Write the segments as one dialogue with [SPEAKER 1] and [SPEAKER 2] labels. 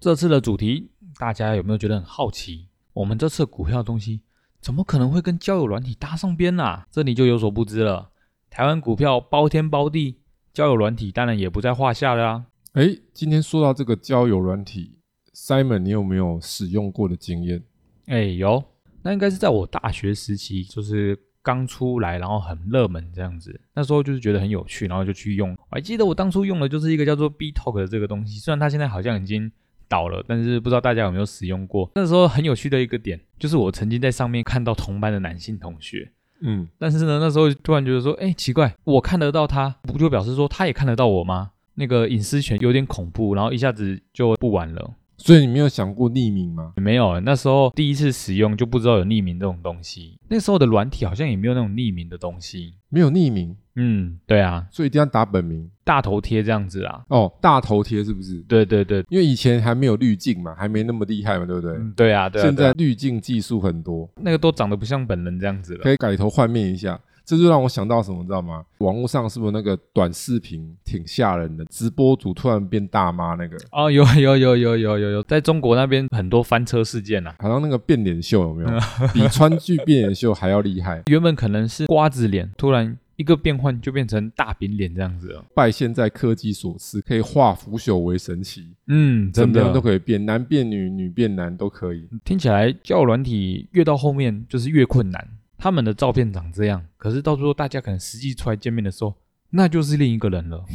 [SPEAKER 1] 这次的主题，大家有没有觉得很好奇？我们这次股票的东西，怎么可能会跟交友软体搭上边呢、这你就有所不知了。台湾股票包天包地，交友软体当然也不在话下了啊。
[SPEAKER 2] 哎，今天说到这个交友软体，Simon，你有没有使用过的经验？
[SPEAKER 1] 哎，有，那应该是在我大学时期，就是刚出来，然后很热门这样子。那时候就是觉得很有趣，然后就去用。我还记得我当初用的就是一个叫做 B Talk 的这个东西，虽然它现在好像已经倒了，但是不知道大家有没有使用过。那时候很有趣的一个点，就是我曾经在上面看到同班的男性同学，
[SPEAKER 2] 嗯，
[SPEAKER 1] 但是呢，那时候突然觉得说，哎，奇怪，我看得到他，不就表示说他也看得到我吗？那个隐私权有点恐怖，然后一下子就不玩了。
[SPEAKER 2] 所以你没有想过匿名吗？
[SPEAKER 1] 没有，那时候第一次使用就不知道有匿名这种东西。那时候的软体好像也没有那种匿名的东西。
[SPEAKER 2] 没有匿名，
[SPEAKER 1] 嗯，对啊，
[SPEAKER 2] 所以一定要打本名
[SPEAKER 1] 大头贴这样子啊。
[SPEAKER 2] 哦，大头贴是不是？
[SPEAKER 1] 对对对，
[SPEAKER 2] 因为以前还没有滤镜嘛，还没那么厉害嘛，对不对？
[SPEAKER 1] 嗯，对啊，对啊。
[SPEAKER 2] 现
[SPEAKER 1] 对啊
[SPEAKER 2] 在滤镜技术很多，
[SPEAKER 1] 那个都长得不像本人这样子了。
[SPEAKER 2] 可以改头换面一下。这就让我想到什么，你知道吗？网络上是不是那个短视频挺吓人的？直播主突然变大妈那个，
[SPEAKER 1] 哦，有 有有有有有有，在中国那边很多翻车事件啊。
[SPEAKER 2] 好像那个变脸秀有没 有？比川剧变脸秀还要厉害。
[SPEAKER 1] 原本可能是瓜子脸，突然一个变换就变成大饼脸这样子了。
[SPEAKER 2] 拜现在科技所赐，可以化腐朽为神奇，
[SPEAKER 1] 嗯，
[SPEAKER 2] 怎
[SPEAKER 1] 真
[SPEAKER 2] 么样
[SPEAKER 1] 的
[SPEAKER 2] 都可以变，男变女，女变男都可以。
[SPEAKER 1] 听起来交友软体越到后面就是越困难。他们的照片长这样，可是到最后大家可能实际出来见面的时候，那就是另一个人了。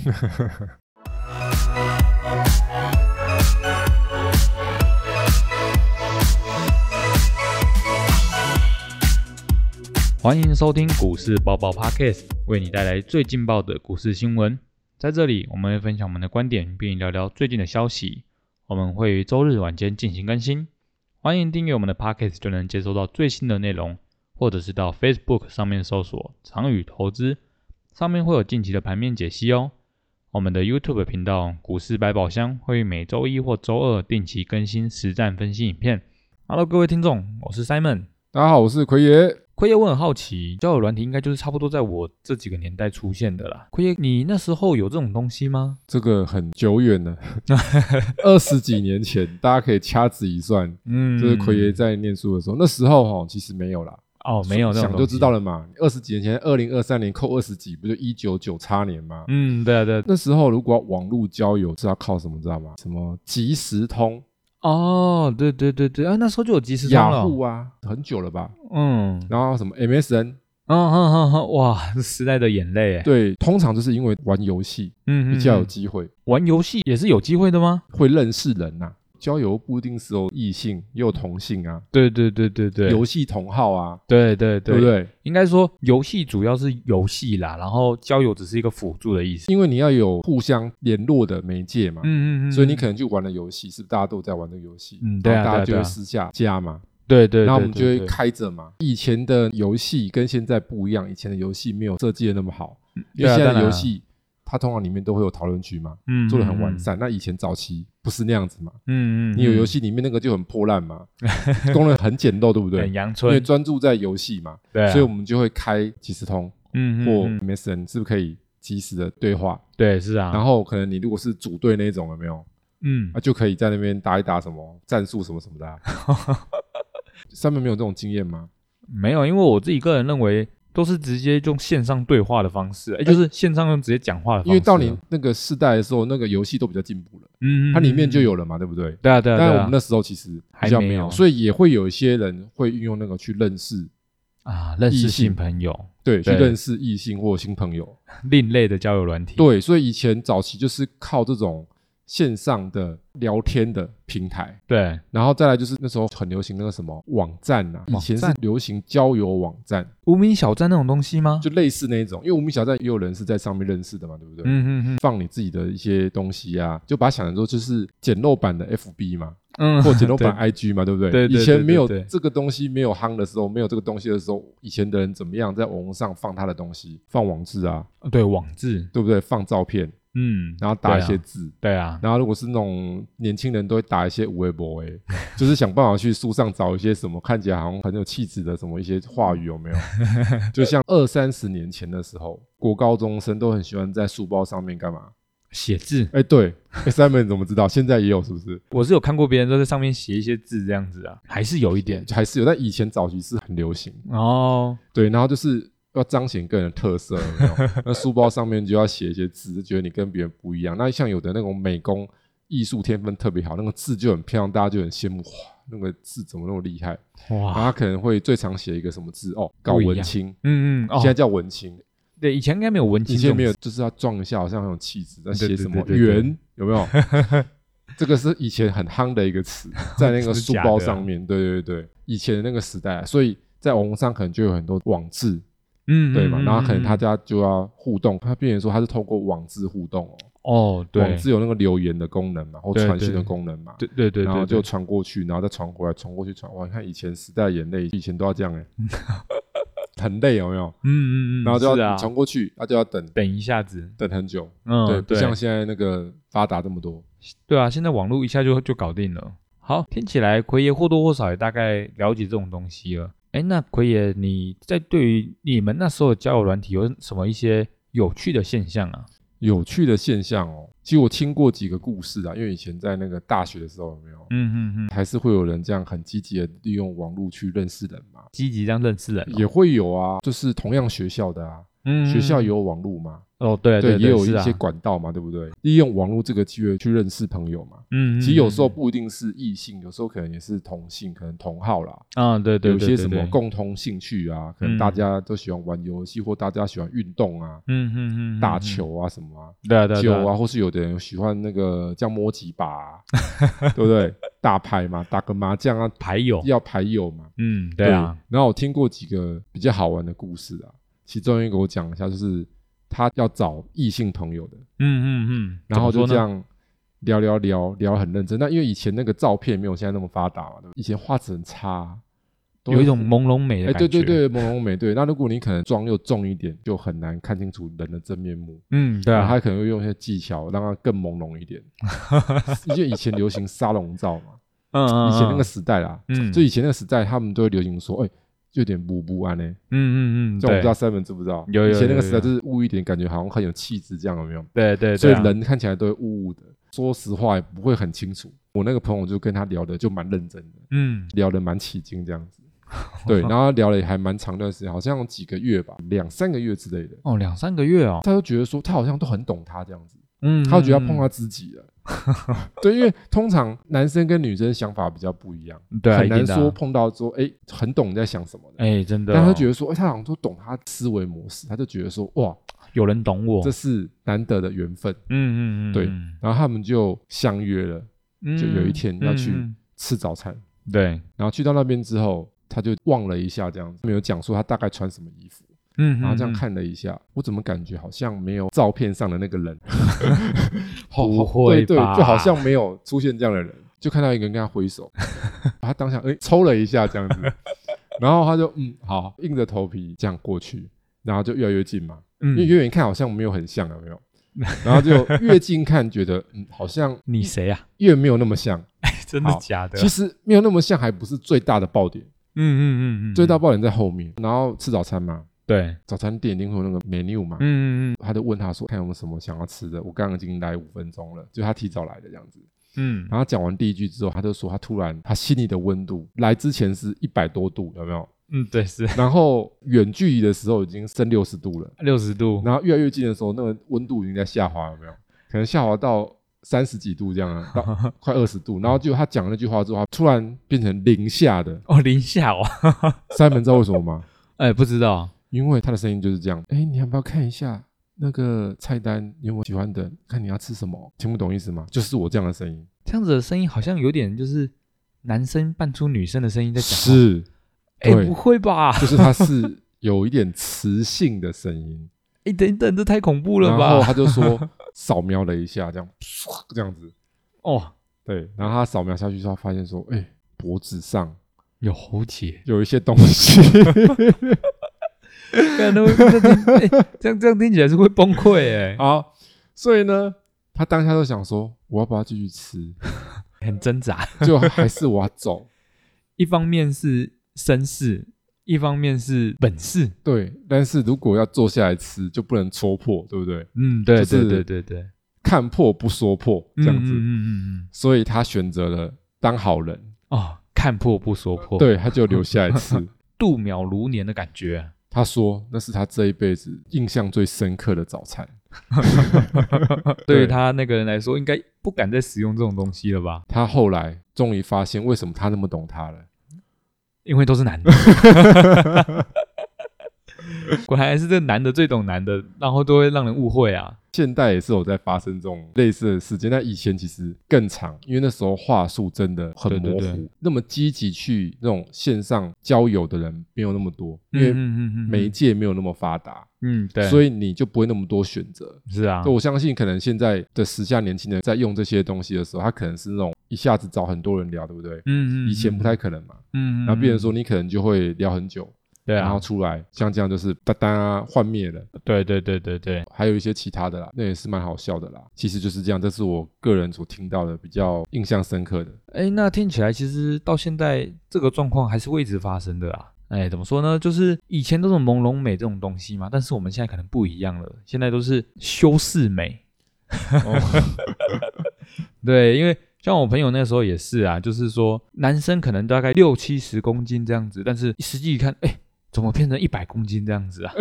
[SPEAKER 1] 欢迎收听股市爆爆 Podcast，为你带来最劲爆的股市新闻。在这里，我们会分享我们的观点，并聊聊最近的消息。我们会于周日晚间进行更新。欢迎订阅我们的 Podcast，就能接收到最新的内容，或者是到 Facebook 上面搜索“长宇投资”，上面会有近期的盘面解析哦。我们的 YouTube 频道“股市百宝箱”会于每周一或周二定期更新实战分析影片。Hello，各位听众，我是 Simon。
[SPEAKER 2] 大家好，我是奎爷。
[SPEAKER 1] 奎爷，我很好奇，交友软体应该就是差不多在我这几个年代出现的啦。奎爷，你那时候有这种东西吗？
[SPEAKER 2] 这个很久远 了，二十几年前，大家可以掐指一算，
[SPEAKER 1] 嗯
[SPEAKER 2] 就是奎爷在念书的时候，那时候哈其实没有啦，
[SPEAKER 1] 哦，没有那种
[SPEAKER 2] 想就知道
[SPEAKER 1] 了。
[SPEAKER 2] 了嘛。二十几年前，二零二三年扣二十几，不就一九九叉年吗？
[SPEAKER 1] 嗯，对啊，对啊
[SPEAKER 2] 那时候如果要网络交友是要靠什么，知道吗？什么即时通、
[SPEAKER 1] 哦，对对对对，啊，那时候就有即时通了。
[SPEAKER 2] 雅虎啊，很久了吧？
[SPEAKER 1] 嗯，
[SPEAKER 2] 然后什么 MSN，
[SPEAKER 1] 嗯哼哼哼，哇，时代的眼泪，哎，
[SPEAKER 2] 对，通常就是因为玩游戏
[SPEAKER 1] 嗯，嗯
[SPEAKER 2] 比较有
[SPEAKER 1] 嗯
[SPEAKER 2] 机会，
[SPEAKER 1] 玩游戏也是有机会的吗？
[SPEAKER 2] 会认识人呐、交友不一定是有异性，也有同性啊，
[SPEAKER 1] 对对对对对
[SPEAKER 2] 游戏同好啊，
[SPEAKER 1] 对对对
[SPEAKER 2] 对不对？
[SPEAKER 1] 应该说游戏主要是游戏啦，然后交友只是一个辅助的意思。
[SPEAKER 2] 因为你要有互相联络的媒介嘛，
[SPEAKER 1] 嗯嗯嗯，
[SPEAKER 2] 所以你可
[SPEAKER 1] 能
[SPEAKER 2] 能去玩了游戏，是不是大家都在玩这个游戏？
[SPEAKER 1] 嗯对啊
[SPEAKER 2] 然后大
[SPEAKER 1] 对啊
[SPEAKER 2] 家就
[SPEAKER 1] 对啊
[SPEAKER 2] 会私下加嘛，
[SPEAKER 1] 对对，对
[SPEAKER 2] 然后我们就
[SPEAKER 1] 对
[SPEAKER 2] 会
[SPEAKER 1] 对
[SPEAKER 2] 开着嘛。以前的游戏跟现在不一样，以前的游戏没有设计的那么好，因
[SPEAKER 1] 对
[SPEAKER 2] 为
[SPEAKER 1] 啊
[SPEAKER 2] 现在
[SPEAKER 1] 当
[SPEAKER 2] 的
[SPEAKER 1] 然
[SPEAKER 2] 游
[SPEAKER 1] 啊
[SPEAKER 2] 戏它通常里面都会有讨论区嘛，
[SPEAKER 1] 嗯
[SPEAKER 2] 做的很完，
[SPEAKER 1] 嗯
[SPEAKER 2] 善。那以前早期不是那样子嘛，
[SPEAKER 1] 嗯嗯，嗯
[SPEAKER 2] 你有游戏里面那个就很破烂嘛，功能很简陋，对不对
[SPEAKER 1] 很？阳
[SPEAKER 2] 因为
[SPEAKER 1] 春，
[SPEAKER 2] 专注在游戏嘛，
[SPEAKER 1] 哎对啊，
[SPEAKER 2] 所以我们就会开即时通
[SPEAKER 1] 嗯嗯
[SPEAKER 2] 或
[SPEAKER 1] 嗯
[SPEAKER 2] MSN，是不是可以及时的对话？
[SPEAKER 1] 对是啊，
[SPEAKER 2] 然后可能你如果是组队那种，有没有
[SPEAKER 1] 嗯
[SPEAKER 2] 啊，就可以在那边打一打什么战术什么什么 的啊、上面没有这种经验吗？
[SPEAKER 1] 没有，因为我自己个人认为都是直接用线上对话的方式，哎，就是线上用直接讲话的方式，啊
[SPEAKER 2] 因为到你那个世代的时候，那个游戏都比较进步了，
[SPEAKER 1] 嗯，嗯
[SPEAKER 2] 它里面就。
[SPEAKER 1] 嗯嗯
[SPEAKER 2] 有了嘛，对不对？
[SPEAKER 1] 对啊，对啊，
[SPEAKER 2] 但
[SPEAKER 1] 对
[SPEAKER 2] 我
[SPEAKER 1] 啊
[SPEAKER 2] 们那时候其实比较
[SPEAKER 1] 还没
[SPEAKER 2] 没
[SPEAKER 1] 有
[SPEAKER 2] 有，所以也会有一些人会运用那个去认识，
[SPEAKER 1] 啊，认识
[SPEAKER 2] 异
[SPEAKER 1] 新
[SPEAKER 2] 性
[SPEAKER 1] 朋友，
[SPEAKER 2] 对，去
[SPEAKER 1] 对
[SPEAKER 2] 认识异性或新朋友。
[SPEAKER 1] 另类的交友软体。
[SPEAKER 2] 对，所以以前早期就是靠这种线上的聊天的平台，
[SPEAKER 1] 对，
[SPEAKER 2] 然后再来就是那时候很流行那个什么网站啊，以
[SPEAKER 1] 网
[SPEAKER 2] 前是
[SPEAKER 1] 站
[SPEAKER 2] 流行交友网站，
[SPEAKER 1] 无名小站那种东西吗？
[SPEAKER 2] 就类似那一种，因为无名小站也有人是在上面认识的嘛，对不对？
[SPEAKER 1] 嗯嗯
[SPEAKER 2] 放你自己的一些东西啊，就把它想成说就是简陋版的 FB 嘛，
[SPEAKER 1] 嗯嗯，
[SPEAKER 2] 或简陋版 IG 嘛，对不对？
[SPEAKER 1] 对对
[SPEAKER 2] 以前
[SPEAKER 1] 对
[SPEAKER 2] 没有
[SPEAKER 1] 对对
[SPEAKER 2] 这个东西，没有夯的时候，没有这个东西的时候，以前的人怎么样在网络上放他的东西，放网志啊，
[SPEAKER 1] 对网志，
[SPEAKER 2] 对不对？放照片，
[SPEAKER 1] 嗯，
[SPEAKER 2] 然后打一
[SPEAKER 1] 对
[SPEAKER 2] 些
[SPEAKER 1] 啊
[SPEAKER 2] 字，
[SPEAKER 1] 对啊，
[SPEAKER 2] 然后如果是那种年轻人，都会打一些无微 博诶，就是想办法去书上找一些什么看起来好像很有气质的什么一些话语，有没有？就像二三十年前的时候，国高中生都很喜欢在书包上面干嘛
[SPEAKER 1] 写字，
[SPEAKER 2] 哎、对、哎 Simon 你怎么知道？现在也有是不是？
[SPEAKER 1] 我是有看过别人都在上面写一些字这样子啊，还是有一点
[SPEAKER 2] 还是有，但以前早期是很流行。
[SPEAKER 1] 哦。
[SPEAKER 2] 对，然后就是要彰显个人的特色，有没 有那书包上面就要写一些字，就觉得你跟别人不一样。那像有的那种美工艺术天分特别好，那个字就很漂亮，大家就很羡慕，哇，那个字怎么那么厉害？然后
[SPEAKER 1] 哇，
[SPEAKER 2] 他可能会最常写一个什么字哦，搞
[SPEAKER 1] 不一样
[SPEAKER 2] 文青，
[SPEAKER 1] 嗯嗯，哦
[SPEAKER 2] 现，在叫文青，
[SPEAKER 1] 对，以前应该没有文青
[SPEAKER 2] 以
[SPEAKER 1] 这
[SPEAKER 2] 前
[SPEAKER 1] 种
[SPEAKER 2] 没有
[SPEAKER 1] 词，，
[SPEAKER 2] 就是要撞一下，好像很有气质，那
[SPEAKER 1] 对
[SPEAKER 2] 写
[SPEAKER 1] 对
[SPEAKER 2] 什么
[SPEAKER 1] 对对对
[SPEAKER 2] 圆 有没有？这个是以前很夯的一个词，在那个书
[SPEAKER 1] 啊
[SPEAKER 2] 包上面，对对对，以前的那个时代啊，所以在网络上可能就有很多网志，
[SPEAKER 1] 嗯，
[SPEAKER 2] 对嘛？
[SPEAKER 1] 嗯
[SPEAKER 2] 然后可能他
[SPEAKER 1] 嗯
[SPEAKER 2] 家就要互动，他变成说他是透过网志互动哦，
[SPEAKER 1] 哦，对，
[SPEAKER 2] 网志有那个留言的功能嘛，或
[SPEAKER 1] 对
[SPEAKER 2] 传讯
[SPEAKER 1] 对
[SPEAKER 2] 的功能嘛，
[SPEAKER 1] 对对对，
[SPEAKER 2] 然后
[SPEAKER 1] 对
[SPEAKER 2] 就传过去，然后再传回来，传过去传，哇！你看以前时代眼泪，以前都 要这样哎、很累有没有？
[SPEAKER 1] 嗯嗯嗯，
[SPEAKER 2] 然后就是要
[SPEAKER 1] 啊，
[SPEAKER 2] 传过去，那、就要等
[SPEAKER 1] 等一下子，
[SPEAKER 2] 等很久，
[SPEAKER 1] 嗯，
[SPEAKER 2] 对，
[SPEAKER 1] 对，
[SPEAKER 2] 不像现在那个发达这么多。
[SPEAKER 1] 对啊，现在网络一下就就搞定了。好，听起来奎爷或多或少也大概了解这种东西了。哎，那奎爷，你在对于你们那时候的交友软体有什么一些有趣的现象啊？
[SPEAKER 2] 有趣的现象哦，其实我听过几个故事啊，因为以前在那个大学的时候有没有，
[SPEAKER 1] 嗯嗯嗯，
[SPEAKER 2] 还是会有人这样很积极的利用网络去认识人嘛，
[SPEAKER 1] 积极这样认识人哦、
[SPEAKER 2] 也会有啊，就是同样学校的啊，
[SPEAKER 1] 嗯，
[SPEAKER 2] 学校
[SPEAKER 1] 嗯
[SPEAKER 2] 也有网络嘛，
[SPEAKER 1] 哦，对
[SPEAKER 2] 对，也有
[SPEAKER 1] 是
[SPEAKER 2] 一
[SPEAKER 1] 啊
[SPEAKER 2] 些管道嘛，对不对？利用网络这个机会去认识朋友嘛，
[SPEAKER 1] 嗯，嗯
[SPEAKER 2] 其实有时候
[SPEAKER 1] 嗯
[SPEAKER 2] 不一定是异性，有时候可能也是同性，可能同好啦，
[SPEAKER 1] 啊，对对，
[SPEAKER 2] 有
[SPEAKER 1] 对对
[SPEAKER 2] 些
[SPEAKER 1] 嗯
[SPEAKER 2] 什么
[SPEAKER 1] 对
[SPEAKER 2] 共同兴趣啊，可能大家都喜欢玩游戏，或大家喜欢运动啊、
[SPEAKER 1] 嗯嗯嗯，
[SPEAKER 2] 打
[SPEAKER 1] 嗯，
[SPEAKER 2] 球啊什么啊、
[SPEAKER 1] 嗯对啊对啊，对
[SPEAKER 2] 酒啊，或是有的人喜欢那个叫摸几把、啊，对不 对？打牌嘛，打个麻将啊，
[SPEAKER 1] 牌友，
[SPEAKER 2] 要牌友嘛。
[SPEAKER 1] 嗯，对啊，。
[SPEAKER 2] 然后我听过几个比较好玩的故事啊，其中一个我讲一下，就是他要找异性朋友的，
[SPEAKER 1] 嗯嗯嗯，
[SPEAKER 2] 然后
[SPEAKER 1] 怎
[SPEAKER 2] 就
[SPEAKER 1] 么说呢，
[SPEAKER 2] 这样聊聊聊聊很认真。那因为以前那个照片没有现在那么发达嘛，对吧以前画质很差，都
[SPEAKER 1] 有一
[SPEAKER 2] 会
[SPEAKER 1] 种朦胧美
[SPEAKER 2] 哎、
[SPEAKER 1] 的感觉，
[SPEAKER 2] 对对，对，朦胧美对。那如果你可能妆又重一点，就很难看清楚人的真面目。
[SPEAKER 1] 嗯，对
[SPEAKER 2] 然
[SPEAKER 1] 啊
[SPEAKER 2] 后，他可能会用一些技巧让它更朦胧 一点，因为以前流行沙龙照嘛，
[SPEAKER 1] 嗯嗯，
[SPEAKER 2] 以前那个
[SPEAKER 1] 嗯
[SPEAKER 2] 时代啦，
[SPEAKER 1] 嗯
[SPEAKER 2] 就以前那个时代，他们都会流行说，哎、就有点不不安呢、欸。
[SPEAKER 1] 嗯嗯嗯，
[SPEAKER 2] 这种我不知
[SPEAKER 1] 对
[SPEAKER 2] 道 Simon 知不知道？
[SPEAKER 1] 有有
[SPEAKER 2] 以前那
[SPEAKER 1] 有
[SPEAKER 2] 个时代
[SPEAKER 1] 有
[SPEAKER 2] 就是雾一点，感觉好像很有气质，这样有没有？
[SPEAKER 1] 对对，
[SPEAKER 2] 所以
[SPEAKER 1] 对啊
[SPEAKER 2] 人看起来都会雾雾的，说实话也不会很 清楚。我那个朋友就跟他聊的就蛮认真的，
[SPEAKER 1] 嗯
[SPEAKER 2] 聊得蛮起劲这样 子，对，然后聊了也还蛮长段时间，好像有几个月吧，两三个月之类的。
[SPEAKER 1] 哦两三个月哦，
[SPEAKER 2] 他就觉得说他好像都很懂他这样子，
[SPEAKER 1] 嗯，
[SPEAKER 2] 他觉得要碰
[SPEAKER 1] 到
[SPEAKER 2] 到知己了。 对，因为通常男生跟女生想法比较不一样，
[SPEAKER 1] 对啊
[SPEAKER 2] 很
[SPEAKER 1] 一定
[SPEAKER 2] 难
[SPEAKER 1] 的啊
[SPEAKER 2] 说碰到说哎很懂你在想什么的。
[SPEAKER 1] 哎真的哦，
[SPEAKER 2] 但他觉得说，哎，他好像都懂他思维模式，他就觉得说，哇，
[SPEAKER 1] 有人懂我，
[SPEAKER 2] 这是难得的缘分。
[SPEAKER 1] 嗯嗯嗯，
[SPEAKER 2] 对然后他们就相约了，
[SPEAKER 1] 嗯，
[SPEAKER 2] 就有一天要去
[SPEAKER 1] 嗯
[SPEAKER 2] 吃早餐。
[SPEAKER 1] 嗯对，
[SPEAKER 2] 然后去到那边之后，他就望了一下，这样子没有讲说他大概穿什么衣服，
[SPEAKER 1] 嗯，
[SPEAKER 2] 然后这样
[SPEAKER 1] 嗯，
[SPEAKER 2] 看了一下，我怎么感觉好像没有照片上的那个人？好
[SPEAKER 1] 不
[SPEAKER 2] 好
[SPEAKER 1] 会
[SPEAKER 2] 对对，
[SPEAKER 1] 吧
[SPEAKER 2] 就好像没有出现这样的人，就看到一个人跟他挥 手，他当下哎抽了一下这样子，然后他就嗯好，硬着头皮这样过去，然后就越来越近嘛，因为
[SPEAKER 1] 嗯，
[SPEAKER 2] 远远看好像没有很像，有没有？ 然后就越近看，觉得嗯好像
[SPEAKER 1] 你谁啊呀？
[SPEAKER 2] 越没有那么像。
[SPEAKER 1] 真的
[SPEAKER 2] 好
[SPEAKER 1] 假的？
[SPEAKER 2] 其实没有那么像，还不是最大的爆点，
[SPEAKER 1] 啊嗯，嗯嗯嗯嗯，
[SPEAKER 2] 最大爆点在后面。然后吃早餐嘛，
[SPEAKER 1] 对，
[SPEAKER 2] 早餐店一定会有那个 menu 嘛，
[SPEAKER 1] 嗯嗯
[SPEAKER 2] 他就问他说，看有没有什么想要吃的。我刚刚已经来五分钟了，就他提早来的这样子。
[SPEAKER 1] 嗯嗯，
[SPEAKER 2] 然后讲完第一句之后，他就说他突然他心里的温度来之前是一百多度，有没有？
[SPEAKER 1] 嗯对是
[SPEAKER 2] 然后远距离的时候已经升六十度了，
[SPEAKER 1] 六十度，
[SPEAKER 2] 然后越来越近的时候，那个温度已经在下滑，有没有？可能下滑到三十几度这样啊， 到快二十度。然后就他讲那句话之后，他突然变成零下的。
[SPEAKER 1] 哦零下哇，
[SPEAKER 2] 三门知道为什么吗？
[SPEAKER 1] 哎不知道，
[SPEAKER 2] 因为他的声音就是这样。哎，你要不要看一下那个菜单？你有没有喜欢的？看你要吃什么？听不懂意思吗？就是我这样的声音，
[SPEAKER 1] 这样子的声音好像有点就是男生扮出女生的声音在讲话，
[SPEAKER 2] 是，
[SPEAKER 1] 哎
[SPEAKER 2] 对
[SPEAKER 1] 不会吧？
[SPEAKER 2] 就是他是有一点磁性的 声音。
[SPEAKER 1] 哎等等，这太恐怖了
[SPEAKER 2] 然后
[SPEAKER 1] 吧？
[SPEAKER 2] 他就说扫描了一下，这样 唰这样子。
[SPEAKER 1] 哦，
[SPEAKER 2] 对，然后他扫描下去之后，发现说，哎，脖子上
[SPEAKER 1] 有喉结。
[SPEAKER 2] 有一些东 西。
[SPEAKER 1] 干都这听、欸、这样这样听起来是会崩溃哎、
[SPEAKER 2] 好，所以呢，他当下就想说，我要不要继续吃？
[SPEAKER 1] 很挣扎。
[SPEAKER 2] 就还是我要走。
[SPEAKER 1] 一方面是绅士，一方面是本事。
[SPEAKER 2] 对，但是如果要坐下来吃，就不能戳破，对不对？
[SPEAKER 1] 嗯，对
[SPEAKER 2] 就是
[SPEAKER 1] 对对对对，
[SPEAKER 2] 看破不说破这样子，
[SPEAKER 1] 嗯嗯嗯嗯
[SPEAKER 2] 所以他选择了当好人，
[SPEAKER 1] 嗯，哦，看破不说破，，
[SPEAKER 2] 对，他就留下一 次。
[SPEAKER 1] 度秒如年的感觉。啊
[SPEAKER 2] 他说那是他这一辈子印象最深刻的早餐。
[SPEAKER 1] 对
[SPEAKER 2] 对
[SPEAKER 1] 于他那个人来说，应该不敢再使用这种东西了吧？
[SPEAKER 2] 他后来终于发现为什么他那么懂他了。
[SPEAKER 1] 因为都是男的。 果然是这男的最懂男的，然后都会让人误会啊。
[SPEAKER 2] 现代也是有在发生这种类似的事件，但以前其实更长，因为那时候话术真的很模
[SPEAKER 1] 对
[SPEAKER 2] 糊，
[SPEAKER 1] 对对
[SPEAKER 2] 那么积极去那种线上交友的人没有那么多，因
[SPEAKER 1] 嗯
[SPEAKER 2] 为
[SPEAKER 1] 嗯嗯嗯，
[SPEAKER 2] 媒介没有那么发达，
[SPEAKER 1] 嗯对，
[SPEAKER 2] 所
[SPEAKER 1] 以
[SPEAKER 2] 以你就不会那么多选择。
[SPEAKER 1] 是啊
[SPEAKER 2] 就，我相信，可能现在的时下年轻人在用这些东西的时候，他可能是那种一下子找很多人聊，对不对？
[SPEAKER 1] 嗯嗯，
[SPEAKER 2] 以前不
[SPEAKER 1] 嗯，
[SPEAKER 2] 太可能嘛。
[SPEAKER 1] 嗯，嗯
[SPEAKER 2] 然后变成，说，你可能就会聊很久，
[SPEAKER 1] 对
[SPEAKER 2] 然
[SPEAKER 1] 啊
[SPEAKER 2] 后，出来像这样就是哒哒幻灭了。
[SPEAKER 1] 对对对对对，
[SPEAKER 2] 还有一些其他的啦，那也是蛮好笑的啦。其实就是这样，这是我个人所听到的比较印象 深刻的。
[SPEAKER 1] 哎，那听起来其实到现在这个状况还是会一直发生的啊。哎，怎么说呢？就是以前都是朦胧美这种东西嘛，但是我们现在可能不一样了，现在都是修饰美。
[SPEAKER 2] 哦
[SPEAKER 1] 对，因为像我朋友那时候也是啊，就是说男生可能大概六七十公斤这样子，但是实际一看，哎，怎么变成一百公斤这样 子啊？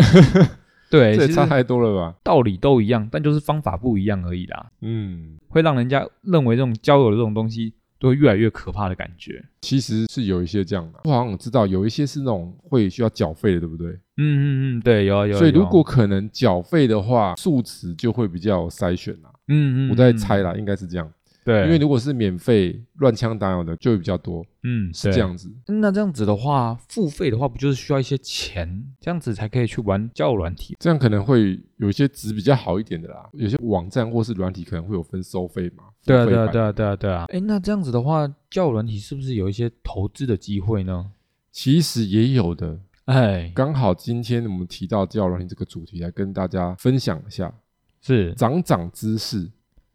[SPEAKER 1] 对，
[SPEAKER 2] 这也
[SPEAKER 1] 其
[SPEAKER 2] 差
[SPEAKER 1] 实
[SPEAKER 2] 太多了吧？
[SPEAKER 1] 道理都一样，但就是方法不一样而已啦，
[SPEAKER 2] 嗯，
[SPEAKER 1] 会让人家认为这种交友的这种东西都会越来越可怕的感觉。
[SPEAKER 2] 其实是有一些这样的，我好像有知道有一些是那种会需要缴费的，对不对？
[SPEAKER 1] 嗯嗯嗯，对，有啊有啊。
[SPEAKER 2] 所以
[SPEAKER 1] 有啊
[SPEAKER 2] 如果可能缴费的话，数值就会比较有筛选啦。
[SPEAKER 1] 嗯嗯，
[SPEAKER 2] 我在
[SPEAKER 1] 嗯，
[SPEAKER 2] 猜啦，应该是这样，
[SPEAKER 1] 对，
[SPEAKER 2] 因为如果是免费乱枪打鸟的就会比较多，
[SPEAKER 1] 嗯
[SPEAKER 2] 是这。样子。
[SPEAKER 1] 对那这样子的话，付费的话不就是需要一些钱，这样子才可以去玩交友软体？
[SPEAKER 2] 这样可能会有一些值比较好一点的啦，有些网站或是软体可能会有分收费嘛。
[SPEAKER 1] 对啊
[SPEAKER 2] 付费
[SPEAKER 1] 对啊
[SPEAKER 2] 版
[SPEAKER 1] 对啊对啊对啊。哎，那这样子的话，交友软体是不是有一些投资的机会呢？
[SPEAKER 2] 其实也有的，
[SPEAKER 1] 哎，
[SPEAKER 2] 刚好今天我们提到教软体这个主题，来跟大家分享一下，
[SPEAKER 1] 是
[SPEAKER 2] 长长知识。
[SPEAKER 1] 嗯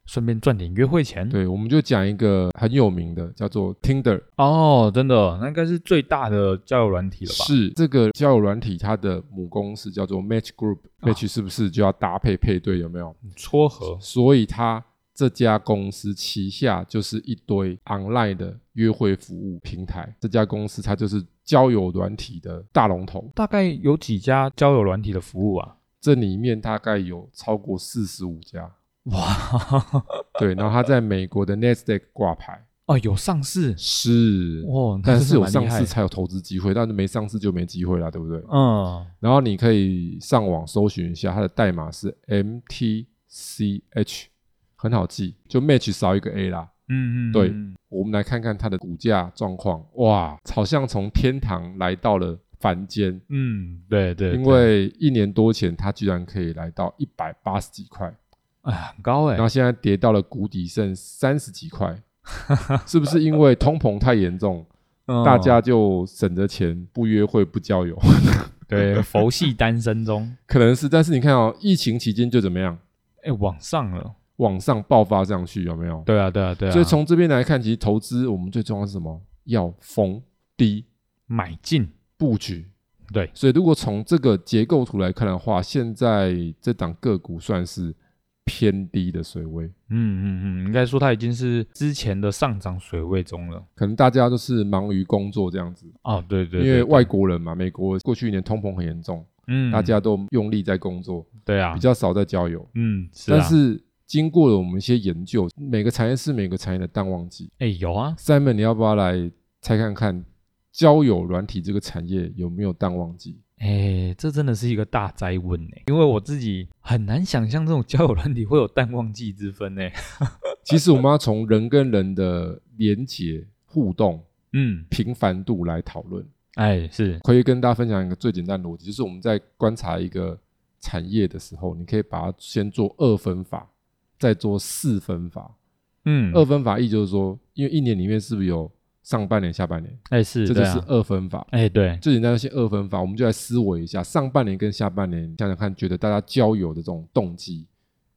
[SPEAKER 1] 顺便赚点约会钱。
[SPEAKER 2] 对，我们就讲一个很有名的，叫做 Tinder，
[SPEAKER 1] 哦，真的，那应该是最大的交友软体了吧？
[SPEAKER 2] 是这个交友软体，它的母公司叫做 Match Group。Match
[SPEAKER 1] 啊
[SPEAKER 2] 是不是就要搭配配对？有没有？
[SPEAKER 1] 撮合。
[SPEAKER 2] 所以它这家公司旗下就是一堆 online 的约会服务平台。这家公司它就是交友软体的大龙头，
[SPEAKER 1] 大概有几家交友软体的服务啊？
[SPEAKER 2] 这里面大概有超过四十五家。
[SPEAKER 1] 哇，
[SPEAKER 2] 对，然后它在美国的 Nasdaq 挂牌。
[SPEAKER 1] 哦，有上市
[SPEAKER 2] 是，
[SPEAKER 1] 哇，那
[SPEAKER 2] 但
[SPEAKER 1] 真
[SPEAKER 2] 是有
[SPEAKER 1] 蛮厉
[SPEAKER 2] 上
[SPEAKER 1] 害
[SPEAKER 2] 市才有投资机会，但是没上市就没机会啦，对不对？
[SPEAKER 1] 嗯，
[SPEAKER 2] 然后你可以上网搜寻一下，它的代码是 MTCH，很好记，就 match 少一个 A 啦。
[SPEAKER 1] 嗯嗯，
[SPEAKER 2] 对
[SPEAKER 1] 嗯
[SPEAKER 2] 我们来看看它的股价状况，哇，好像从天堂来到了凡间，
[SPEAKER 1] 嗯，对对，
[SPEAKER 2] 因
[SPEAKER 1] 对
[SPEAKER 2] 为一年多前它居然可以来到一百八十几块，
[SPEAKER 1] 哎很高哎
[SPEAKER 2] 然，后现在跌到了谷底，剩三十几块，是不是因为通膨太严重？
[SPEAKER 1] 嗯
[SPEAKER 2] 大家就省着钱不约会不交友，
[SPEAKER 1] 对佛系单身中，
[SPEAKER 2] 可能是。但是你看哦，疫情期间就怎么样，
[SPEAKER 1] 哎，往上 了，
[SPEAKER 2] 往上爆发上去，有没有？
[SPEAKER 1] 对啊对啊对啊，
[SPEAKER 2] 所以从这边来看，其实投资我们最重要是什么？要逢低
[SPEAKER 1] 买进，
[SPEAKER 2] 布局。
[SPEAKER 1] 对，
[SPEAKER 2] 所以如果从这个结构图来看的话，现在这档个股算是偏低的水位，
[SPEAKER 1] 嗯嗯嗯，应该说它已经是之前的上涨水位中了。
[SPEAKER 2] 可能大家都是忙于工作这样子，
[SPEAKER 1] 哦，对对，
[SPEAKER 2] 因
[SPEAKER 1] 对
[SPEAKER 2] 为
[SPEAKER 1] 对
[SPEAKER 2] 外国人嘛，美国过去一年通膨很严重，
[SPEAKER 1] 嗯
[SPEAKER 2] 大家都用力在工作，
[SPEAKER 1] 对啊
[SPEAKER 2] 比，较少在交友。
[SPEAKER 1] 嗯，是啊
[SPEAKER 2] 但是经过了我们一些研究，每个产业是每个产业的淡旺季。
[SPEAKER 1] 哎有啊，
[SPEAKER 2] Simon，你要不要来猜看看交友软体这个产业有没有淡旺季？
[SPEAKER 1] 哎，这真的是一个大灾问哎，因为我自己很难想象这种交友软体会有淡旺季之分哎。
[SPEAKER 2] 其实我们要从人跟人的连结、互动、
[SPEAKER 1] 嗯，
[SPEAKER 2] 频繁度来讨论。
[SPEAKER 1] 哎是，
[SPEAKER 2] 可以跟大家分享一个最简单的逻辑，就是我们在观察一个产业的时候，你可以把它先做二分法，再做四分法。
[SPEAKER 1] 嗯，
[SPEAKER 2] 二分法意就是说，因为一年里面是不是有上半年、下半年？
[SPEAKER 1] 哎是，
[SPEAKER 2] 这就
[SPEAKER 1] 对
[SPEAKER 2] 是
[SPEAKER 1] 啊
[SPEAKER 2] 二分法。
[SPEAKER 1] 哎对，
[SPEAKER 2] 最简单的先二分法，我们就来思维一下上半年跟下半年，想想看，觉得大家交友的这种动机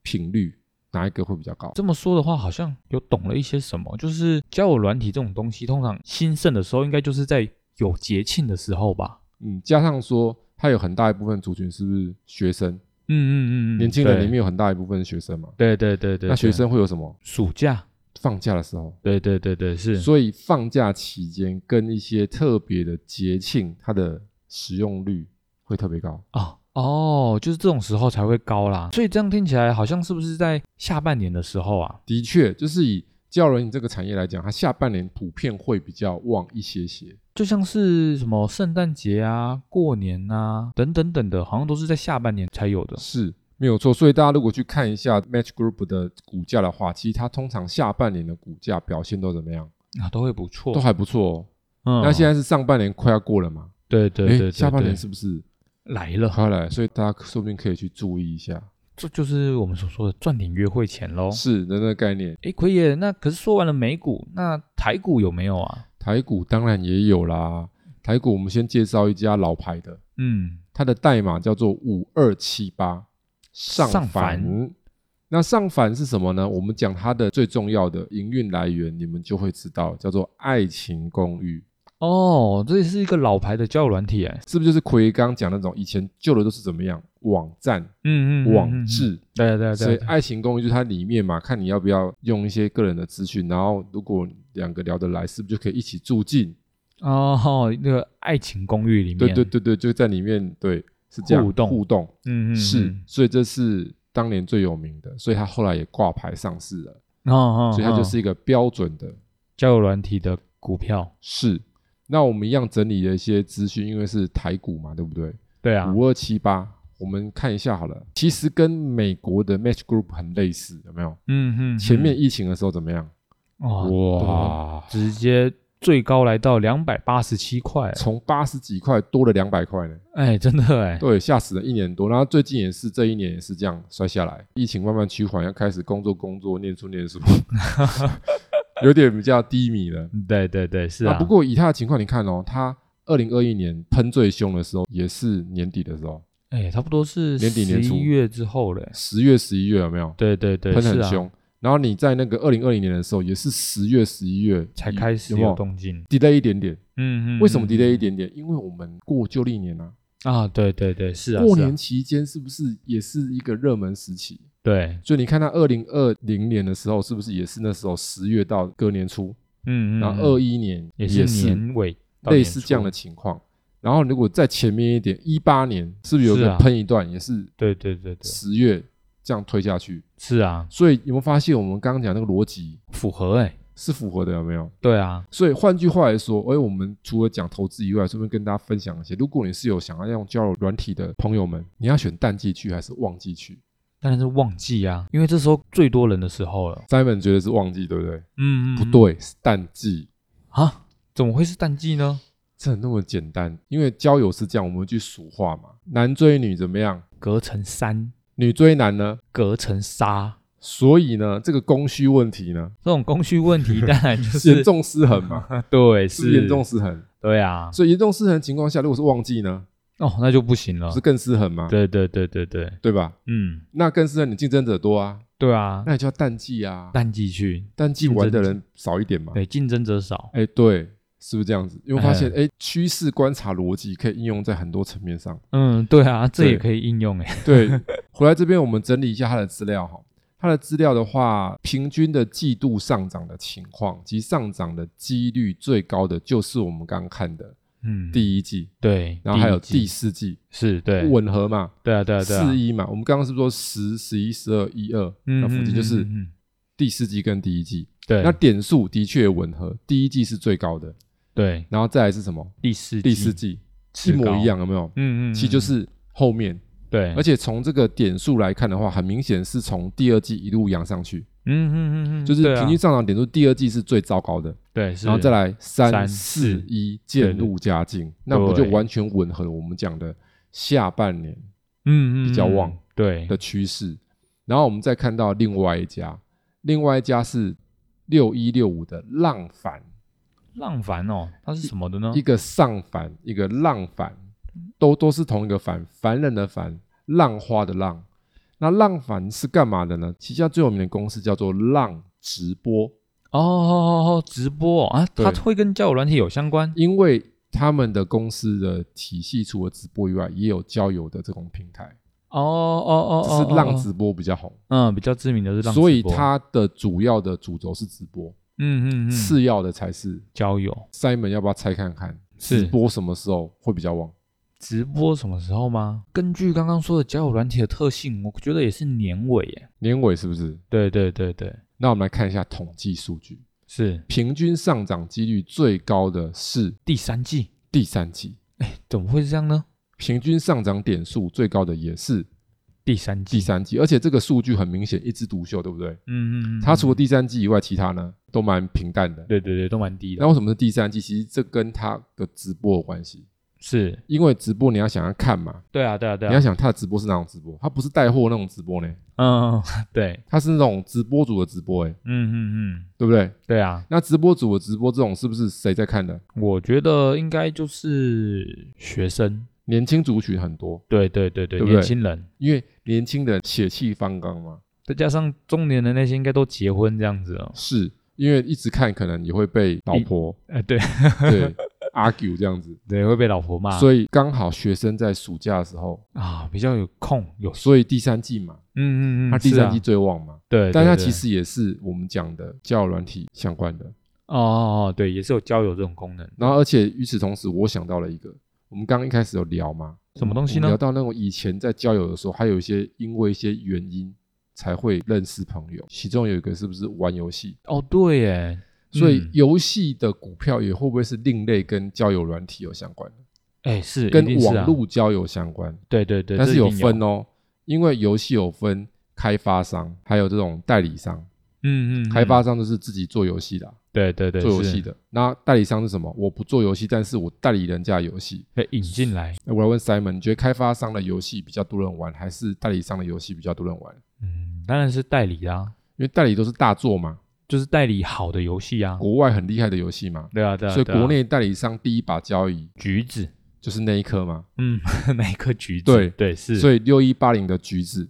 [SPEAKER 2] 频率哪一个会比较高？
[SPEAKER 1] 这么说的话，好像有懂了一些什么，就是交友软体这种东西，通常兴盛的时候，应该就是在有节庆的时候吧？
[SPEAKER 2] 嗯，加上说它有很大一部分族群是不是学生？
[SPEAKER 1] 嗯嗯嗯嗯，
[SPEAKER 2] 年轻人
[SPEAKER 1] 对
[SPEAKER 2] 里面有很大一部分是学生嘛，
[SPEAKER 1] 对对对对，
[SPEAKER 2] 那学
[SPEAKER 1] 对
[SPEAKER 2] 生会有什么？
[SPEAKER 1] 暑假，
[SPEAKER 2] 放假的时候，
[SPEAKER 1] 对对对对是，
[SPEAKER 2] 所以放假期间跟一些特别的节庆，它的使用率会特别高。
[SPEAKER 1] 哦哦，就是这种时候才会高啦。所以这样听起来好像是不是在下半年的时候啊？
[SPEAKER 2] 的确，就是以教人这个产业来讲，它下半年普遍会比较旺一些些。
[SPEAKER 1] 就像是什么圣诞节啊、过年啊等等等的，好像都是在下半年才有的。
[SPEAKER 2] 是没有错。所以大家如果去看一下 Match Group 的股价的话，其实它通常下半年的股价表现都怎么样？
[SPEAKER 1] 啊，都会不错。
[SPEAKER 2] 都还不错、哦。
[SPEAKER 1] 嗯
[SPEAKER 2] 那现在是上半年快要过了嘛？
[SPEAKER 1] 对对
[SPEAKER 2] 诶
[SPEAKER 1] 对对，
[SPEAKER 2] 下半年
[SPEAKER 1] 对
[SPEAKER 2] 是不是
[SPEAKER 1] 来了，
[SPEAKER 2] 快来？所以大家说不定可以去注意一下。
[SPEAKER 1] 这就是我们所说的赚点约会钱喽。
[SPEAKER 2] 是的那个概念，
[SPEAKER 1] 诶，奎爷，那可是说完了美股，那台股有没有啊？
[SPEAKER 2] 台股当然也有啦。台股我们先介绍一家老牌的，
[SPEAKER 1] 嗯，
[SPEAKER 2] 它的代码叫做五二七八上
[SPEAKER 1] 上
[SPEAKER 2] 凡。
[SPEAKER 1] 凡
[SPEAKER 2] 那上凡是什么呢？我们讲它的最重要的营运来源，你们就会知道，叫做爱情公寓。
[SPEAKER 1] 哦，这是一个老牌的交友软体哎。
[SPEAKER 2] 是不是就是奎刚讲那种以前旧的都是怎么样网站、
[SPEAKER 1] 嗯
[SPEAKER 2] 网，志？
[SPEAKER 1] 对对
[SPEAKER 2] 所以
[SPEAKER 1] 对，
[SPEAKER 2] 《爱情公寓》就是它里面嘛，看你要不要用一些个人的资讯，然后如果两个聊得来，是不是就可以一起住进？
[SPEAKER 1] 哦，那个《爱情公寓》里面，
[SPEAKER 2] 对对，对对，就在里面对，是这样
[SPEAKER 1] 互动
[SPEAKER 2] 互动
[SPEAKER 1] 嗯嗯，
[SPEAKER 2] 是
[SPEAKER 1] 嗯，
[SPEAKER 2] 所以这是当年最有名的，所以它后来也挂牌上市了，
[SPEAKER 1] 哦哦，
[SPEAKER 2] 所以它就
[SPEAKER 1] 哦
[SPEAKER 2] 是一个标准的
[SPEAKER 1] 交友软体的股票，
[SPEAKER 2] 是。那我们一样整理了一些资讯，因为是台股嘛，对不对？
[SPEAKER 1] 对啊，
[SPEAKER 2] 五二七八，我们看一下好了。其实跟美国的 Match Group 很类似，有没有？
[SPEAKER 1] 嗯嗯，
[SPEAKER 2] 前面
[SPEAKER 1] 嗯
[SPEAKER 2] 疫情的时候怎么样？
[SPEAKER 1] 哇，，直接最高来到两百八十七块，
[SPEAKER 2] 从八十几块多了两百块呢，
[SPEAKER 1] 哎，真的哎，
[SPEAKER 2] 对，吓死人，一年多。然后最近也是这一年也是这样摔下来，疫情慢慢趋缓，要开始工作工作，念书 念书，有点比较低迷了。
[SPEAKER 1] 对对对，是
[SPEAKER 2] 那
[SPEAKER 1] 啊，
[SPEAKER 2] 不过以他的情况，你看哦，他二零二一年喷最凶的时候，也是年底的时候，
[SPEAKER 1] 哎，差不多是
[SPEAKER 2] 年底年初
[SPEAKER 1] 11月之后嘞，
[SPEAKER 2] 十月、十一月有没有？
[SPEAKER 1] 对对对，
[SPEAKER 2] 喷
[SPEAKER 1] 是
[SPEAKER 2] 很
[SPEAKER 1] 啊，
[SPEAKER 2] 凶。然后你在那个二零二零年的时候，也是十月、十一月
[SPEAKER 1] 才开始
[SPEAKER 2] 有没有
[SPEAKER 1] 动静，
[SPEAKER 2] delay 一点点。
[SPEAKER 1] 嗯嗯，
[SPEAKER 2] 为什
[SPEAKER 1] 嗯
[SPEAKER 2] 么 delay 一点点？因为我们过旧历年啊，
[SPEAKER 1] 啊？对对对，是啊，
[SPEAKER 2] 过
[SPEAKER 1] 是啊
[SPEAKER 2] 年期间是不是也是一个热门时期？
[SPEAKER 1] 对，
[SPEAKER 2] 所以你看，他二零二零年的时候，是不是也是那时候十月到隔年初，
[SPEAKER 1] 嗯嗯，
[SPEAKER 2] 然后
[SPEAKER 1] 嗯
[SPEAKER 2] 二一年
[SPEAKER 1] 也
[SPEAKER 2] 是
[SPEAKER 1] 是年尾到
[SPEAKER 2] 类
[SPEAKER 1] 年
[SPEAKER 2] 似
[SPEAKER 1] 初
[SPEAKER 2] 这样的，情况。然后如果再前面一点，一八年是不是有
[SPEAKER 1] 是啊
[SPEAKER 2] 个喷一段，也是
[SPEAKER 1] 对对对对，
[SPEAKER 2] 十月这样推下去？
[SPEAKER 1] 是啊，
[SPEAKER 2] 所以有没有发现我们刚刚讲那个逻辑
[SPEAKER 1] 符合哎，
[SPEAKER 2] 是符合的，有没有？
[SPEAKER 1] 对啊，
[SPEAKER 2] 所以换句话来说，哎，我们除了讲投资以外，顺便跟大家分享一些，如果你是有想要用交友软体的朋友们，你要选淡季去还是旺季去
[SPEAKER 1] 当然是旺季啊，因为这时候最多人的时候了，
[SPEAKER 2] ？Simon 觉得是旺季，对不对？
[SPEAKER 1] 嗯，嗯
[SPEAKER 2] 不
[SPEAKER 1] 嗯
[SPEAKER 2] 对，是淡季。
[SPEAKER 1] 啊，怎么会是淡季呢？
[SPEAKER 2] 这那么简单，因为交友是这样，我们去俗话嘛，男追女怎么样？
[SPEAKER 1] 隔层山，
[SPEAKER 2] 女追男呢？
[SPEAKER 1] 隔层沙，
[SPEAKER 2] 所以呢，这个供需问题呢，
[SPEAKER 1] 这种供需问 题当然就
[SPEAKER 2] 严
[SPEAKER 1] 是
[SPEAKER 2] 重失衡 嘛，
[SPEAKER 1] 对，
[SPEAKER 2] 是不是严重，失衡。
[SPEAKER 1] 对啊，
[SPEAKER 2] 所以严重失衡的情况下，如果是旺季呢，
[SPEAKER 1] 哦，那就不行了
[SPEAKER 2] 不是，更失衡吗？
[SPEAKER 1] 对对对对对，
[SPEAKER 2] 对吧？
[SPEAKER 1] 嗯，
[SPEAKER 2] 那更失衡，你竞争者多啊，
[SPEAKER 1] 对啊，
[SPEAKER 2] 那你就要淡季啊，
[SPEAKER 1] 淡季去，
[SPEAKER 2] 淡季玩的人少一点嘛。
[SPEAKER 1] 对，竞争者少，
[SPEAKER 2] 哎，对，是不是这样子？因为我发现，
[SPEAKER 1] 哎
[SPEAKER 2] 哎，趋势观察逻辑可以应用在很多层面上。
[SPEAKER 1] 嗯，对啊，这
[SPEAKER 2] 对
[SPEAKER 1] 也可以应用哎，
[SPEAKER 2] 对，回来这边我们整理一下它的资料哈。它的资料的话，平均的季度上涨的情况及上涨的几率最高的就是我们刚刚看的
[SPEAKER 1] 嗯，
[SPEAKER 2] 第一季，
[SPEAKER 1] 对，
[SPEAKER 2] 然后还有
[SPEAKER 1] 一季
[SPEAKER 2] 第四季
[SPEAKER 1] 是对，
[SPEAKER 2] 吻合嘛，
[SPEAKER 1] 对啊对啊对啊，
[SPEAKER 2] 四一嘛。我们刚刚是不是说十、十一、十二、一二
[SPEAKER 1] 嗯
[SPEAKER 2] 那附近就
[SPEAKER 1] 嗯
[SPEAKER 2] 是
[SPEAKER 1] 嗯嗯嗯
[SPEAKER 2] 第四季跟第一季？
[SPEAKER 1] 对，
[SPEAKER 2] 那点数的确吻合，第一季是最高的，
[SPEAKER 1] 对
[SPEAKER 2] 然后再来是什么？
[SPEAKER 1] 第四
[SPEAKER 2] 第四
[SPEAKER 1] 季
[SPEAKER 2] 季一
[SPEAKER 1] 最
[SPEAKER 2] 模一
[SPEAKER 1] 高，
[SPEAKER 2] 样，有没有？
[SPEAKER 1] 嗯嗯，
[SPEAKER 2] 其实就
[SPEAKER 1] 嗯
[SPEAKER 2] 是后面
[SPEAKER 1] 对，
[SPEAKER 2] 而
[SPEAKER 1] 且
[SPEAKER 2] 且从这个点数来看的话，很明显是从第二季一路扬上去，
[SPEAKER 1] 嗯嗯嗯嗯，
[SPEAKER 2] 就是
[SPEAKER 1] 对啊
[SPEAKER 2] 平均上涨点数第二季是最糟糕的，
[SPEAKER 1] 对，是
[SPEAKER 2] 然后再来三
[SPEAKER 1] 三
[SPEAKER 2] 四
[SPEAKER 1] 四
[SPEAKER 2] 一渐入佳境，那不就
[SPEAKER 1] 对
[SPEAKER 2] 完全吻合了我们讲的下半年
[SPEAKER 1] 嗯嗯
[SPEAKER 2] 比较
[SPEAKER 1] 嗯
[SPEAKER 2] 旺
[SPEAKER 1] 嗯对
[SPEAKER 2] 的趋势？然后我们再看到另外一家，另外一家是六一六五的浪反，
[SPEAKER 1] 浪凡哦，它是什么的呢？
[SPEAKER 2] 一个上反，一个浪反，都都是同一个反，凡人的凡，浪花的浪。那浪反是干嘛的呢？旗下最有名的公司叫做浪直播，
[SPEAKER 1] 哦哦哦哦，直播哦啊，
[SPEAKER 2] 对
[SPEAKER 1] 它会跟交友软体有相关
[SPEAKER 2] 因为他们的公司的体系除了直播以外，也有交友的这种平台，
[SPEAKER 1] 哦哦哦，
[SPEAKER 2] 只
[SPEAKER 1] 哦
[SPEAKER 2] 是浪，
[SPEAKER 1] 哦
[SPEAKER 2] 直播比较红，
[SPEAKER 1] 嗯，比较知名的是浪直播，
[SPEAKER 2] 所以它的主要的主轴是直播，
[SPEAKER 1] 嗯嗯嗯，
[SPEAKER 2] 次要的才是
[SPEAKER 1] 交友
[SPEAKER 2] Simon 要不要猜看看
[SPEAKER 1] 是
[SPEAKER 2] 直播什么时候会比较旺？
[SPEAKER 1] 直播什么时候吗？根据刚刚说的交友软体的特性，我觉得也是年尾耶。
[SPEAKER 2] 年尾是不是？
[SPEAKER 1] 对对对对，
[SPEAKER 2] 那我们来看一下统计数据，
[SPEAKER 1] 是
[SPEAKER 2] 平均上涨几率最高的是
[SPEAKER 1] 第三季，
[SPEAKER 2] 第三季，
[SPEAKER 1] 怎么会是这样呢？
[SPEAKER 2] 平均上涨点数最高的也是
[SPEAKER 1] 第三季，
[SPEAKER 2] 第三季，而且这个数据很明显一枝独秀，对不对？
[SPEAKER 1] 嗯嗯嗯，
[SPEAKER 2] 它除了第三季以外，其他呢都蛮平淡的。
[SPEAKER 1] 对对对都蛮低的
[SPEAKER 2] 那，为什么是第三季？其实这跟它的直播有关系，
[SPEAKER 1] 是
[SPEAKER 2] 因为直播你要想要看嘛，
[SPEAKER 1] 对啊对啊对
[SPEAKER 2] 你要
[SPEAKER 1] 啊，
[SPEAKER 2] 想它的直播是哪种直播，它不是带货那种直播呢，
[SPEAKER 1] 嗯 对，
[SPEAKER 2] 它是那种直播主的直播，哎，
[SPEAKER 1] 嗯嗯嗯，
[SPEAKER 2] 对不对？
[SPEAKER 1] 对啊，
[SPEAKER 2] 那直播主的直播这种是不是谁在看的？
[SPEAKER 1] 我觉得应该就是学生，
[SPEAKER 2] 年轻族群很多，
[SPEAKER 1] 对对对对，
[SPEAKER 2] 对不对
[SPEAKER 1] 年轻人，
[SPEAKER 2] 因为年轻人血气方刚嘛，
[SPEAKER 1] 再加上中年的那些应该都结婚这样子哦，
[SPEAKER 2] 是因为一直看可能也会被老婆
[SPEAKER 1] 哎对
[SPEAKER 2] 对 argue 这样子，
[SPEAKER 1] 对，会被老婆骂，
[SPEAKER 2] 所以刚好学生在暑假的时候，
[SPEAKER 1] 啊比较有空有，
[SPEAKER 2] 所以第三季嘛，
[SPEAKER 1] 嗯嗯嗯，
[SPEAKER 2] 它第
[SPEAKER 1] 是啊
[SPEAKER 2] 三季最旺嘛，
[SPEAKER 1] 对，对
[SPEAKER 2] 但它
[SPEAKER 1] 对
[SPEAKER 2] 其实也是我们讲的交友软体相关的。
[SPEAKER 1] 哦哦哦，对，也是有交友这种功能，
[SPEAKER 2] 然后而且与此同时，我想到了一个，我们刚刚一开始有聊嘛，
[SPEAKER 1] 什么东西
[SPEAKER 2] 嗯我们聊
[SPEAKER 1] 呢？
[SPEAKER 2] 到那种以前在交友的时候，还有一些因为一些原因才会认识朋友，其中有一个是不是玩游戏？
[SPEAKER 1] 哦对耶，
[SPEAKER 2] 所以
[SPEAKER 1] 嗯
[SPEAKER 2] 游戏的股票也会不会是另类跟交友软体有相关的，
[SPEAKER 1] 哎是一
[SPEAKER 2] 跟
[SPEAKER 1] 定是啊
[SPEAKER 2] 网络交友相关？
[SPEAKER 1] 对对对，
[SPEAKER 2] 但是
[SPEAKER 1] 这一
[SPEAKER 2] 有
[SPEAKER 1] 定
[SPEAKER 2] 分哦，因为游戏有分开发商，还有这种代理商。
[SPEAKER 1] 嗯嗯，嗯
[SPEAKER 2] 开发商就是自己做游戏的啊、
[SPEAKER 1] 对对对
[SPEAKER 2] 做游
[SPEAKER 1] 是
[SPEAKER 2] 戏的。那代理商是什么？我不做游戏，但是我代理人家的游戏。
[SPEAKER 1] 被引进来，
[SPEAKER 2] 那我来问 Simon，你觉得开发商的游戏比较多人玩，还是代理商的游戏比较多人玩？
[SPEAKER 1] 嗯，当然是代理啊，
[SPEAKER 2] 因为代理都是大作嘛，
[SPEAKER 1] 就是代理好的游戏啊，
[SPEAKER 2] 国外很厉害的游戏嘛，
[SPEAKER 1] 对啊对啊，
[SPEAKER 2] 所以
[SPEAKER 1] 对啊
[SPEAKER 2] 国内代理商第一把交椅
[SPEAKER 1] 橘子，
[SPEAKER 2] 就是那一颗嘛。
[SPEAKER 1] 嗯，那一颗橘子，
[SPEAKER 2] 对
[SPEAKER 1] 对是，
[SPEAKER 2] 所
[SPEAKER 1] 以
[SPEAKER 2] 以六一八零的橘子，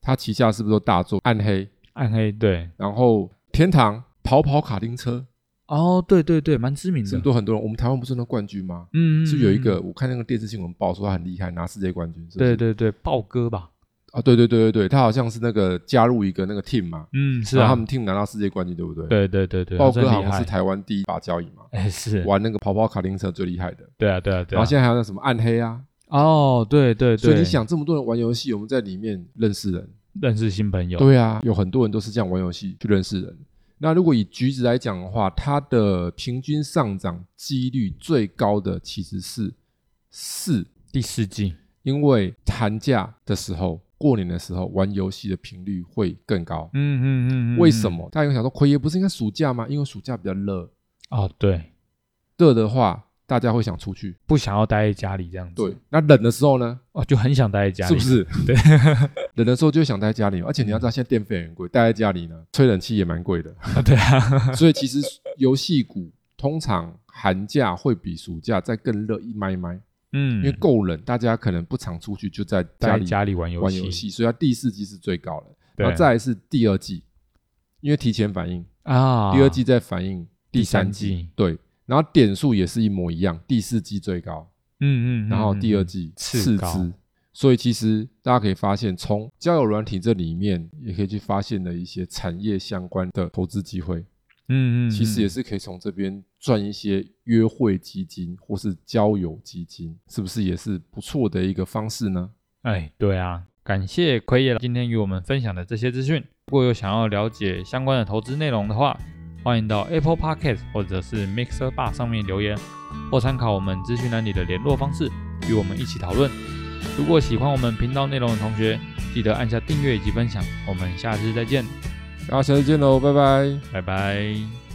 [SPEAKER 2] 它旗下是不是都大作？暗黑，
[SPEAKER 1] 暗黑对，
[SPEAKER 2] 然后天堂、跑跑卡丁车，
[SPEAKER 1] 哦对对对，蛮知名
[SPEAKER 2] 是不
[SPEAKER 1] 的
[SPEAKER 2] 是，都很多人？我们台湾不是那冠军吗？
[SPEAKER 1] 嗯，嗯
[SPEAKER 2] 是不是有一，
[SPEAKER 1] 嗯
[SPEAKER 2] 个？我看那个电视新闻报说他很厉害，拿世界冠军，是不是？
[SPEAKER 1] 对对对，豹哥吧，
[SPEAKER 2] 啊，对对对对对，他好像是那个加入一个那个 team 嘛，
[SPEAKER 1] 嗯是
[SPEAKER 2] 然后
[SPEAKER 1] 啊
[SPEAKER 2] 他，们 team 拿到世界冠军，对不对？。
[SPEAKER 1] 对对对对，
[SPEAKER 2] 豹
[SPEAKER 1] 真
[SPEAKER 2] 哥
[SPEAKER 1] 厉
[SPEAKER 2] 好像
[SPEAKER 1] 害
[SPEAKER 2] 是，台湾第一把交椅嘛，
[SPEAKER 1] 哎是，
[SPEAKER 2] 玩那个跑跑卡丁车最厉害的。
[SPEAKER 1] 对啊对啊对
[SPEAKER 2] 然
[SPEAKER 1] 啊
[SPEAKER 2] 后，现在还有那什么暗黑啊，
[SPEAKER 1] 哦对对对，
[SPEAKER 2] 所以你想这么多人玩游戏，我们在里面认识人，
[SPEAKER 1] 认识新朋友，
[SPEAKER 2] 对啊，有很多人都是这样玩游戏去认识人。那如果以橘子来讲的话，它的平均上涨几率最高的其实是四，
[SPEAKER 1] 第四季，
[SPEAKER 2] 因为寒假的时候、过年的时候玩游戏的频率会更高。
[SPEAKER 1] 嗯嗯嗯，
[SPEAKER 2] 为什
[SPEAKER 1] 么？
[SPEAKER 2] 么？大家有想说，奎爷不是应该暑假吗？因为暑假比较热，
[SPEAKER 1] 哦对，
[SPEAKER 2] 热的话大家会想出去。
[SPEAKER 1] 不想要待在家里这样子，
[SPEAKER 2] 对，，那冷的时候呢？
[SPEAKER 1] 哦就很想待在家里，
[SPEAKER 2] 是不？是？
[SPEAKER 1] 对，
[SPEAKER 2] 冷的时候就会想待在家里，而且你要知道，现在电费也很贵，待在家里呢，吹冷气也蛮贵的。
[SPEAKER 1] 嗯啊对啊，
[SPEAKER 2] 所以其实游戏股通常寒假会比暑假再更热一麦麦，
[SPEAKER 1] 嗯，
[SPEAKER 2] 因为够冷，大家可能不常出去，就在家
[SPEAKER 1] 在
[SPEAKER 2] 里
[SPEAKER 1] 家里玩游
[SPEAKER 2] 玩
[SPEAKER 1] 戏，
[SPEAKER 2] 游戏，所以它第四季是最高的。
[SPEAKER 1] 对
[SPEAKER 2] 然后再来是第二季，因为提前反应，
[SPEAKER 1] 啊，
[SPEAKER 2] 第二季再反应
[SPEAKER 1] 第
[SPEAKER 2] 三
[SPEAKER 1] 三季，
[SPEAKER 2] 对。然后点数也是一模一样，第四季最高，
[SPEAKER 1] 嗯，嗯嗯，
[SPEAKER 2] 然后第二
[SPEAKER 1] 嗯
[SPEAKER 2] 季
[SPEAKER 1] 次
[SPEAKER 2] 次
[SPEAKER 1] 高
[SPEAKER 2] 之。所以其实大家可以发现，从交友软体这里面也可以去发现了一些产业相关的投资机会。
[SPEAKER 1] 嗯嗯，
[SPEAKER 2] 其实也
[SPEAKER 1] 是
[SPEAKER 2] 是可以从这边赚一些约会基金或是交友基金，是不是也是不错的一个方式呢？
[SPEAKER 1] 哎，对啊，感谢奎爷今天与我们分享的这些资讯。如果有想要了解相关的投资内容的话，欢迎到 Apple Podcast 或者是 Mixer Bar 上面留言，或参考我们资讯栏里的联络方式，与我们一起讨论。如果喜欢我们频道内容的同学，记得按下订阅以及分享。我们下次再见，
[SPEAKER 2] 大家下次见喽，拜拜。
[SPEAKER 1] 拜拜。